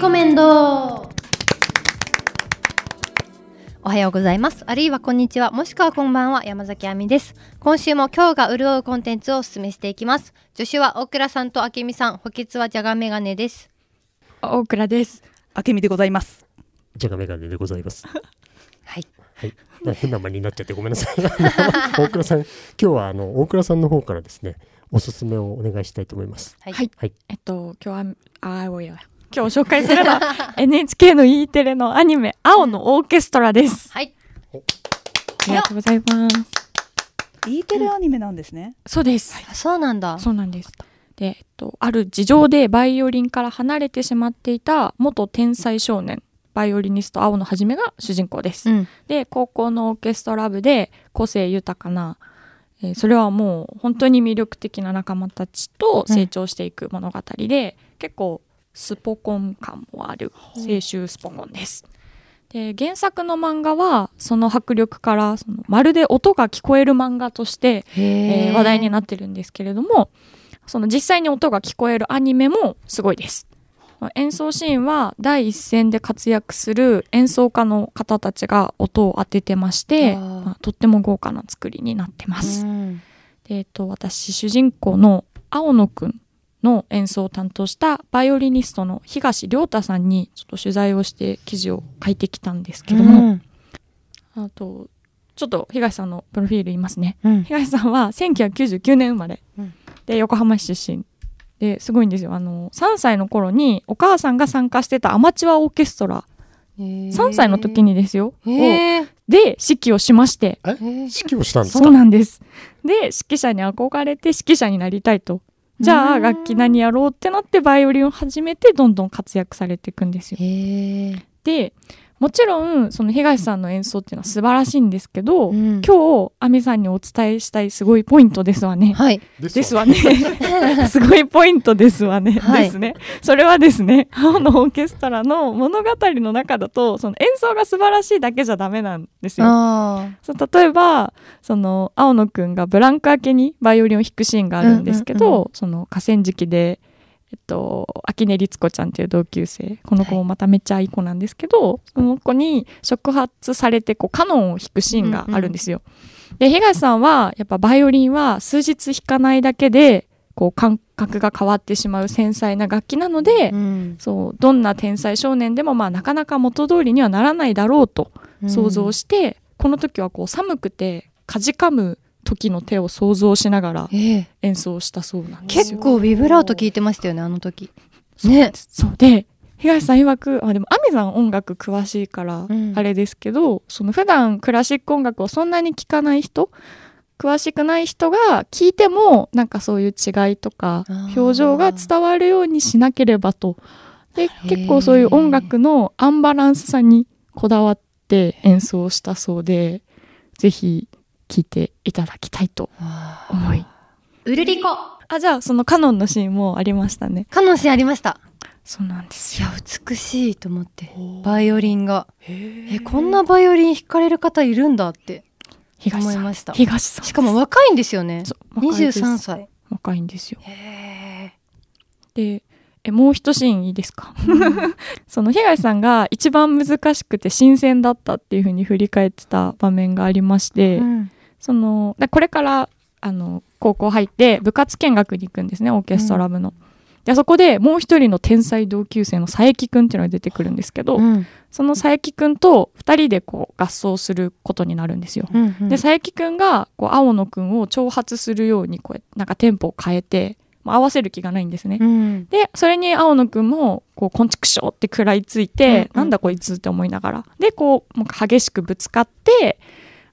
コメンドおはようございますあるいはこんにちはもしくはこんばんは山崎亜美です今週も今日が潤うコンテンツをお勧めしていきます助手は大倉さんと明美さん補欠はじゃがメガネです大倉です。あけみでございます。じゃがメガネでございます。はいはい。なんか変な間になっちゃってごめんなさい。 大倉さん、今日はあの大倉さんの方からですね、おすすめをお願いしたいと思います。はいはいはいえっと、今日は、あ、おや。今日紹介する のは NHK の E テレのアニメ「青のオーケストラ」です。はいありがとうございます。 E テレアニメなんですね。そうです。あそうなんだそうなんです。で、えっと、ある事情でバイオリンから離れてしまっていた元天才少年バイオリニスト青野はじめが主人公です。うんで高校のオーケストラ部で個性豊かな、えーそれはもう本当に魅力的な仲間たちと成長していく物語で、結構スポコン感もある青春スポコンです。で原作の漫画はその迫力からそのまるで音が聞こえる漫画として、へえー話題にななってるんですけれどもその実際に音が聞こえるアニメもすごいです。演奏シーンは第一線で活躍する演奏家の方たちが音を当ててましてあーまあとっても豪華な作りになってま。ますうんでえっと、私主人公の青野くんの演奏を担当したバイオリニストの東亮太さんにちょっと取材をして記事を書いてきたんですけども、あとちょっと東さんのプロフィール言いますね。うん東さんは1999年生まれ、うんで横浜市出身ですごいんですよあの3歳の頃にお母さんが参加してたアマチュアオーケストラ3歳の時にですよ、へをえで指揮をしまして指揮をしたんですそか。うなんですで指揮者に憧れて指揮者になりたいとじゃあうん楽器何やろうってなってバイオリンを始めてどんどん活躍されていくんですよへえでもちろんその東さんの演奏っていうのは素晴らしいんですけど、今今日アミさんにお伝えしたいすごいポイントですわねはいでですわね。すごいポイントですわね。はいですね。それはですね、青のオーケストラの物語の中だと、その演奏が素晴らしいだけじゃダメなんですよ。あそう例えば、その青野くんがブランク明けにバイオリンを弾くシーンがあるんですけど、うんうんうその河川敷で。えっと、秋根律子ちゃんっていう同級生この子もまためっちゃいい子なんですけど、その子に触発されてこうカノンを弾くシーンがあるんですよ。で東さんはやっぱバイオリンは数日弾かないだけでこう感覚が変わってしまう繊細な楽器なので、あうんそうどんな天才少年でもまあなかなか元通りにはならないだろうと想像して、この時はこう寒くてかじかむ時の手を想像しながらええ演奏したそうなんです結よ。構ビブラート聞いてましたよねあの時ねそうで東さん曰くあでも亜美さん音楽詳しいからうんあれですけど、その普段クラシック音楽をそんなに聴かない人詳しくない人が聞いてもなんかそういう違いとかあー表情が伝わるようにしなければとでー結構そういう音楽のアンバランスさにこだわって演奏したそうでぜひ聴いていただきたいと思いウルリコあじゃあそのカノンのシーンもありましたね可能性ありましたそうなんですいよや美しいと思ってバイオリンがええこんなバイオリン弾かれる方いるんだって東思いさんました東さんしかも若いんですよねそう若いです23歳若いんですよへでえもう一シーンいいですか その東さんが一番難しくて新鮮だったっていうふうに振り返ってた場面がありまして、えそのでこれからあの高校入って部活見学に行くんですねオーケストラ部の。でそこでもう一人の天才同級生の佐伯くんっていうのが出てくるんですけど、その佐伯くんと2人でこう合奏することになるんですよ。で佐伯くんがこう青野くんを挑発するようにこうなんかテンポを変えて、まあ合わせる気がないんですね。でそれに青野くんもこう「こんちくしょう」って食らいついて、うんうんなんだこいつって思いながらでこうなんか激しくぶつかって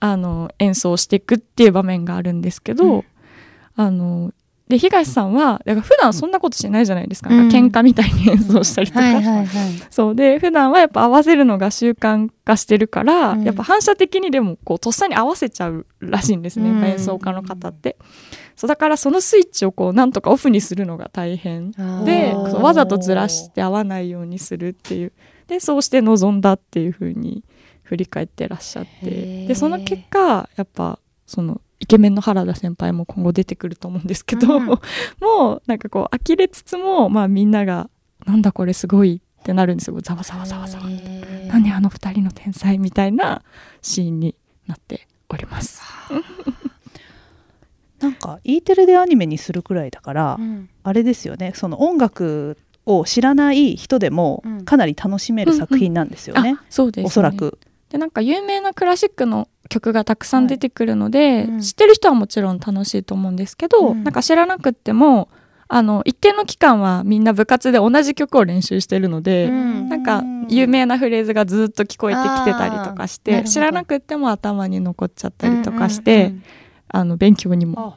あの演奏していくっていう場面があるんですけど、うんあので東さんはだから普段そんなことしないじゃないですか、うん喧嘩みたいに演奏したりとか。はいはいはいそうで普段はやっぱ合わせるのが習慣化してるから、うんやっぱ反射的にでもこうとっさに合わせちゃうらしいんですね、うんやっぱ演奏家の方って。そうだからそのスイッチをこうなんとかオフにするのが大変であーそうわざとずらして合わないようにするっていうでそうして臨んだっていう風に振り返ってらっしゃっへーてでその結果やっぱそのイケメンの原田先輩も今後出てくると思うんです けど、うんもうなんかこう呆れつつも、まあ、みんなが「なんだこれすごい」ってなるんですよざわざわざわざわへー何あの二人の天才みたいなシーンになっておりますなんか E テレでアニメにするくらいだから、うんあれですよねその音楽を知らない人でもうんかなり楽しめる作品なんですよね、あそうですねおそらく、でなんか有名なクラシックの曲がたくさん出てくるのいで、うん知ってる人はもちろん楽しいと思うんですけど、うんなんか知らなくってもあの一定の期間はみんな部活で同じ曲を練習してるので、うんなんか有名なフレーズがずっと聞こえてきてたりとかしあーなるてほど知らなくっても頭に残っちゃったりとかして、うんうんあの勉強にもあ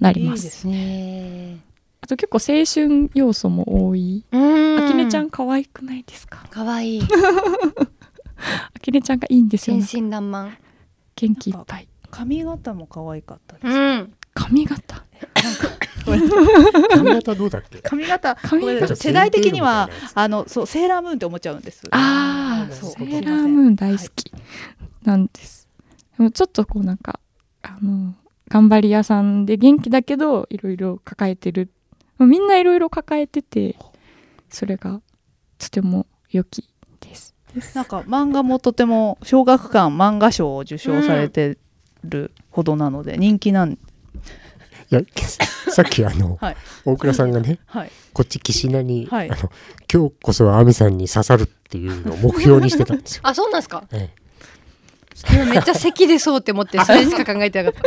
なりますいいですうんねあと結構青春要素も多いえうあきねちゃん可愛くないですかかわいいあきねちゃんがいいんですよ天ね真爛漫元気いっぱい髪型も可愛かっ たです、うん。髪型髪型どうだっけ髪型髪型ごめんなさい 世代的にはあのそうセーラームーンって思っちゃうんですああそうセーラームーン大好きなんです、でもちょっとこうなんかあの頑張り屋さんで元気だけどいろいろ抱えてるもうみんないろいろ抱えててそれがとても良きですなんか漫画もとても小学館漫画賞を受賞されてるほどなので人気なん、いやさっきあの、はい大倉さんがねはい、こっち岸名に、はいあの今日こそは亜美さんに刺さるっていうのを目標にしてたんですよ あそうなんですかえ今めっちゃ咳出そうって思ってそれしか考えてなかっ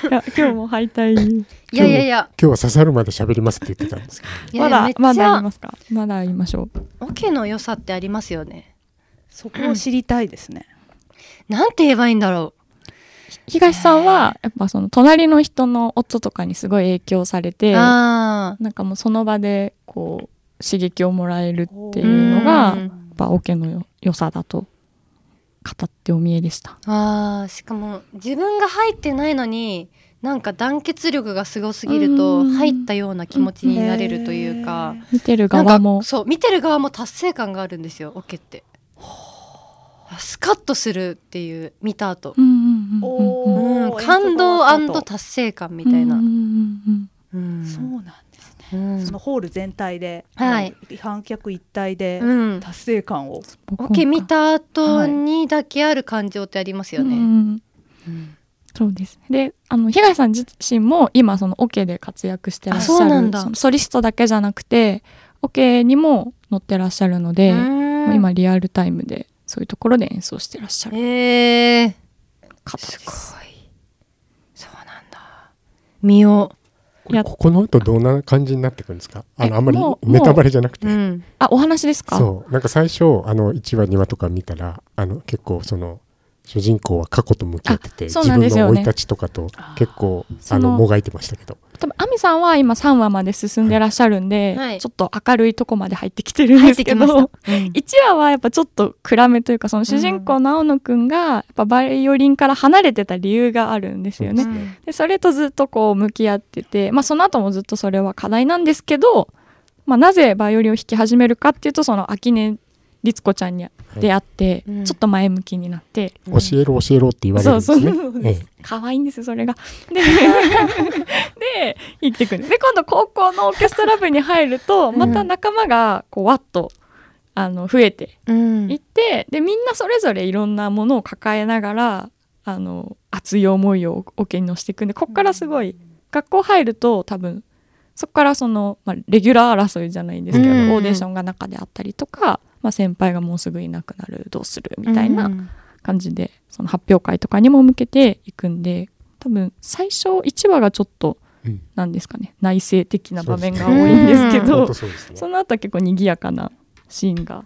たいや今日も敗退いやいやいや今日は刺さるまで喋りますって言ってたんですけど、いやまいやだめっまちだありゃますかまだ言いましょうオケの良さってありますよねそこを知りたいですね、なんて言えばいいんだろ東さんはやっぱその隣の人の音とかにすごい影響されうてなあんかもうその場でこう刺激をもらえるっていうのがうんやっぱオケのよ良さだと語ってお見えでしたーあーしかも自分が入ってないのになんか団結力がすごすぎるとうん入ったような気持ちになれるというかへー見てるなんか側もそう見てる側も達成感があるんですよオケってスカッとするっていう見た後うんうんうんうんうんうおんー感動演奏が終わった後達成感みたいなうんうんうんうんそうなんですね、うんそのホール全体で、はいもう観客一体でうん達成感を、うんオケ見た後にだけある感情ってありますようんうねんそうですであの東さん自身も今そのオケで活躍してらっしあそゃうなんるだそのソリストだけじゃなくてオケにも乗ってらっしゃるので、もう今今リアルタイムでそういうところで演奏してらっしゃるえー方ですごす。いそうなんだ見よこれやここの後どんな感じになってくるんですかあえのあんまりもうネタバレじゃなくてう、うん、あお話ですかそうなんか最初あの1話2話とか見たらあの結構その主人公は過去と向き合ってて、あそう自なんで分すのよ生いね立ちとかと結構そあののもがいてましたけど多分亜美さんは今3話まで進んでらっしゃるんで、はいちょっと明るいとこまで入ってきてるん入でっすてけきまどした1話はやっぱちょっと暗めというかその主人公の青野くんがやっぱバイオリンから離れてた理由があるんですよね。そうですでそれとずっとこう向き合ってて、まあ、その後もずっとそれは課題なんですけど、まあ、なぜバイオリンを弾き始めるかっていうとその秋音律子ちゃんに出会って、うんちょっと前向きになって、うん教えろ教えろって言われるんですね。そうそうそうですえ可愛いんですよそれが。でで行ってくるで今度高校のオーケストラ部に入るとうんまた仲間がこうわっとあの増えてうんいってでみんなそれぞれいろんなものを抱えながらあの熱い思いをオケにのしていくんでこっからすごい学校入ると多分そこからその、まあ、レギュラー争いじゃないんですけど、うんオーディションが中であったりとか、まあ、先輩がもうすぐいなくなるどうするみたいなうん感じでその発表会とかにも向けていくんで多分最初1話がちょっとうん何ですかね内省的な場面がそ多うですねいんですけえ本ど当そうですねその後は結構賑やかなシーンが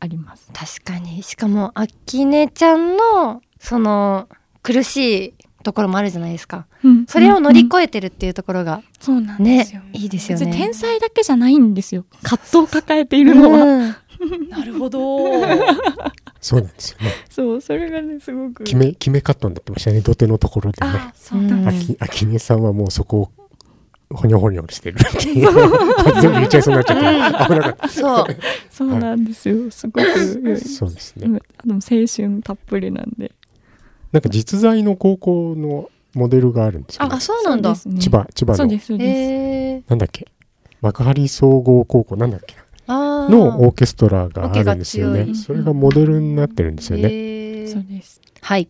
あります。確かにしかもあきねちゃんのその苦しいところもあるじゃないですかそれを乗りえ、越えてるっていうところがそうなんでねすよ。いいですよ別ねに天才だけじゃないんですよ葛藤を抱えているのは、うんなるほ どそうなんですよね。そうそれがねすごく決め決めカットになってましたね土手のところであね。そうなんうであす、きあきねさんはもうそこをほにょほにょしてるっていう全部言っちゃいそうになっちゃった危なかっ た。そうそうなんですよすごく良いそうですでね。もあの青春たっぷりなんでなんか実在の高校のモデルがあるんですよ、ねあ。そうなんだそうですね千葉千葉そうのですそうですへえなんだっけ幕張総合高校なんだっけなあーのオーケストラがあるんですよオケが強ね。いそれがモデルになってるんですよね。へーそうです。はい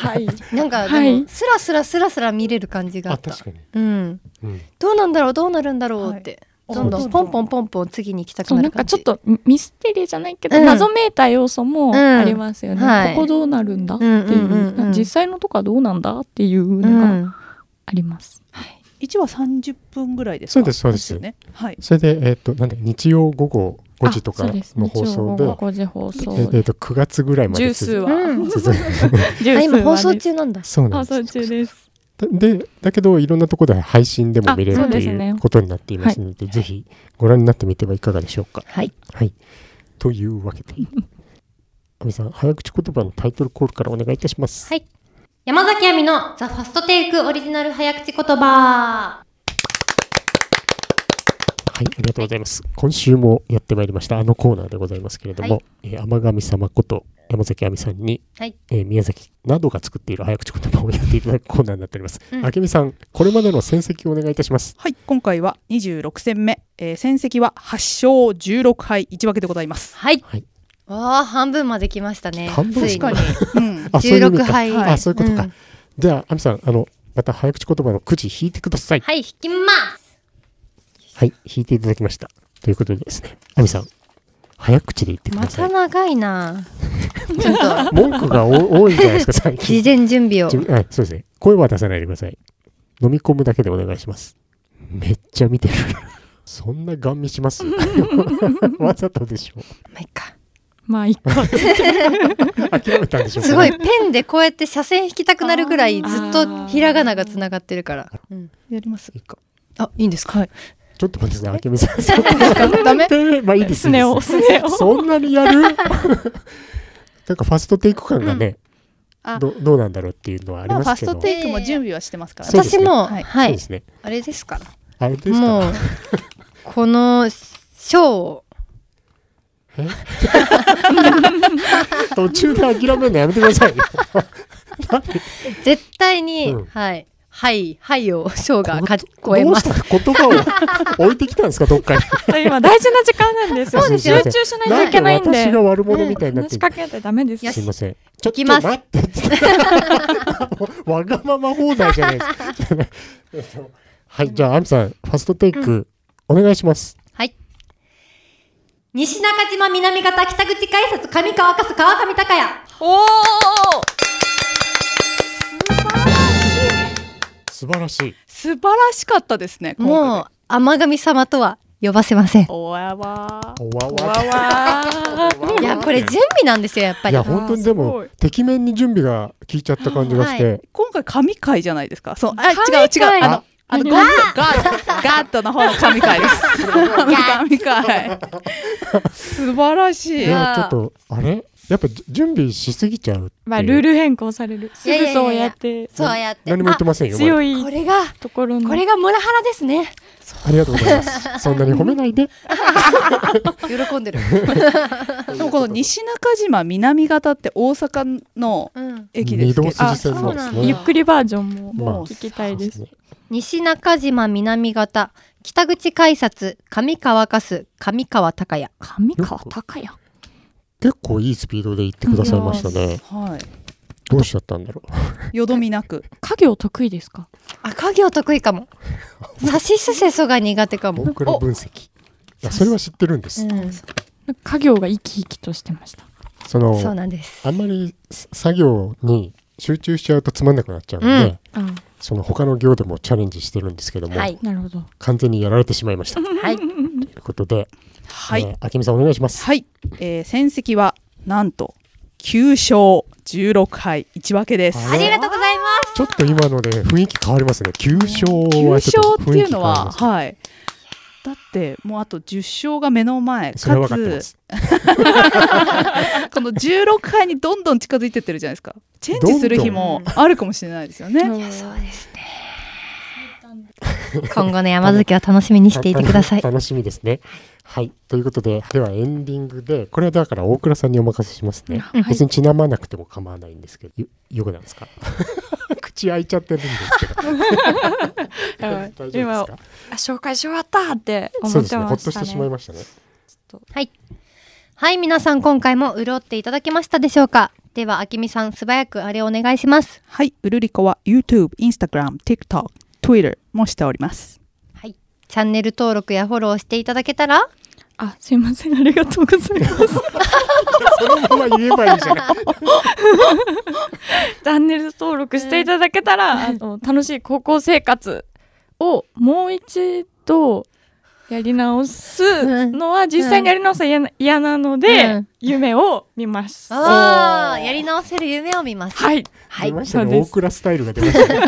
はい。なんかはでいもスラスラスラスラ見れる感じがああった確かに、うんうんどうなんだろうどうなるんだろうって、はいどんどそんうポンポンポンポン次に行きたくそうななるんか感じちょっとミステリーじゃないけど、うん謎めいた要素もありますよね、うんはいここどうなるんだっていう,、うんうんうんうん実際のとこはどうなんだっていううのがん、あります、一話三十分ぐらいですか。そうですそうですよね。はい。それで、えっとなんで日曜午後5時とかあそうですの放送で日曜午後5時放送えっとえっと9月ぐらいまジュでース続は、うん続くジュースはあね今放送中なんだそうなん放です送中ですでだけどいろんなところで配信でも見れあるそうとですいねうことになっていますので、ぜひご覧になってみてはいかがでしょうか。はいはい、というわけで阿部さん早口言葉のタイトルコールからお願いいたします。はい山崎亜美のザ・ファストテイクオリジナル早口言葉はい、ありがとうございます。今週もやってまいりました、あのコーナーでございますけれども、はえー天神様こと山崎亜美さんに、はいえー宮崎などが作っている早口言葉をやっていただくコーナーになっております。うん明美さん、これまでの戦績をお願いいたします。はい。今回は二十六戦目、えー、戦績は八勝十六敗一分けでございます。はい、はいわあ半分まで来ましたね半分つい確かにうん。あ、そういう意16味か。杯はいあ、そういうことか。うんじゃあ、亜美さん、あの、また早口言葉のくじ引いてください。はい引きますはい、引いていただきました。ということでですね、亜美さん、早口で言ってくまださたい。長いなちょっと文句がお多いじゃないですか、最近事。前準備を自分はい、そうですね。声は出さないでください。飲み込むだけでお願いします。めっちゃ見てる。 そんなガン見します わざとでしょまあいっかまあ一 個諦めたんでしょうかすごいねペンでこうやって斜線引きたくなるぐらいずっとひらがながつながってるから、うんやります。いいかあ、いいんですか。はい。ちょっと待ってください、あけみさん。そダメ。んなまあいいですスネ夫スネ夫そんなにやる なんかファストテイク感がね、うんあどどうなんだろうっていうのはありまあフまァすけスど。トテイクも準備はしてますから、そうです私ねも、はいはそういですね。あれですからあれですかもうこの賞をえ 途中で諦めるのやめてください。絶対に、うんはいはいはいを賞がか超えどうますした言葉を置いてきたんですか、どっ かに。今大事な時間なんですよそうです集よ中しないといけないん私でが悪者みたいになっ話してるかけてダメですよすしいません。ちょっきますと 待って って。わがまま放題じゃないですか。 えっとはい、じゃあ、アミさん、ファストテイク、お願いします。はい西中島南方北口改札上川かす川上隆也おお素晴らしい。素晴らしかったですね。もう天神様とは呼ばせませんおわわおわわわ。わいやこれ準備なんですよやっぱいりや、本当にですごもい、てきめんに準備が効いちゃった感じがしはて、今回神回じゃないですか。そう、あ、違う神回違う。あのあ、あのゴム ガーガットの方の神回です。神回。素晴らしい い。や、ちょっと、あれやっぱじ準備しすぎちゃうっていう。まあルール変更されるすやいぐやいやいやそうやってそうやって何も言ってませんよ。強い。あいこれがところのこれがモラハラですねありがとうございます。そんなに褒めないで。喜んでる、でもこの西中島南方って大阪のうん、駅ですけ二ど道、筋線なんであそすうなんゆっねだ。くりバージョンもまあ聞きたいです。西中島南方北口改札上川かす上川隆也神川隆也。結構いいスピードで行ってくださいましたね。はどうしちゃったんだろう。い。よどみなく。家業得意ですか。あ家業得意か もさしすせそが苦手かも、僕ら分析。いや、それは知ってるんです。うん、家業が生き生きとしてました。その、そうなんですあんまりさ作業に集中しちゃうとつまんなくなっちゃうんで、うんあその他の業でもチャレンジしてるんですけども、はいなるほど。完全にやられてしまいました。とはいいうことで、はえい。ー、あけみさんお願いします。はい。えー戦績はなんと9勝16敗1分けです。ありがとうございますちょっと今ので雰囲気変わりますね。9勝優はち勝ょっとっ雰て囲いう気変のわりは、ます。はい。だってもうあと10勝が目の前それは分かかってまつす。この16回にどんどん近づいてってるじゃないですかチェンジする日もあるかもしれないですよねいやそうですね今後の山崎は楽しみにしていてください楽しみですね。はい。ということで、ではエンディングで、これはだから大倉さんにお任せしますね。はい別にちなまなくても構わないんですけど、よ、よくないですか 口開いちゃってるんですけど。大丈夫です今かあ紹介し終わったってそ思うっですてね。ほまっと ししたてしまいね。ましたね。とはい。はい、皆さん今回も潤っていただけましたでしょうかでは、あきみさん、素早くあれお願いします。はい、ウルリコは YouTube、Instagram、TikTok、Twitter もしております。はい。チャンネル登録やフォローしていただけたらあすいませんありがとうございますそのまま言えばいいじゃない。チャンネル登録していただけたら、あの楽しい高校生活をもう一度やり直すのは実際にやり直すは嫌な嫌なので、うん夢を見ますはああ、やり直せる夢を見ます。いは出い。ましたそうね。で大す倉スタイルが出ましたね。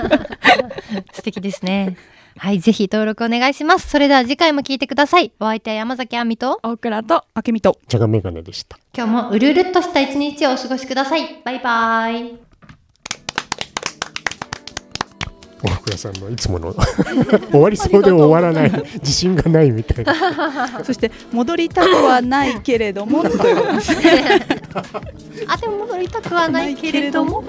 素敵ですね。はい、ぜひ登録お願いします。それでは次回も聞いてください。お相手は山崎亜美と、大倉とあけみとじゃがメガネでした。今日もうるうるっとした一日をお過ごしください。バイバイ。大倉さんのいつ もの終わりそうで終わらない自信がないみたいな。そして戻りたくはないけれどもというあ、でも戻りたくはないけれども。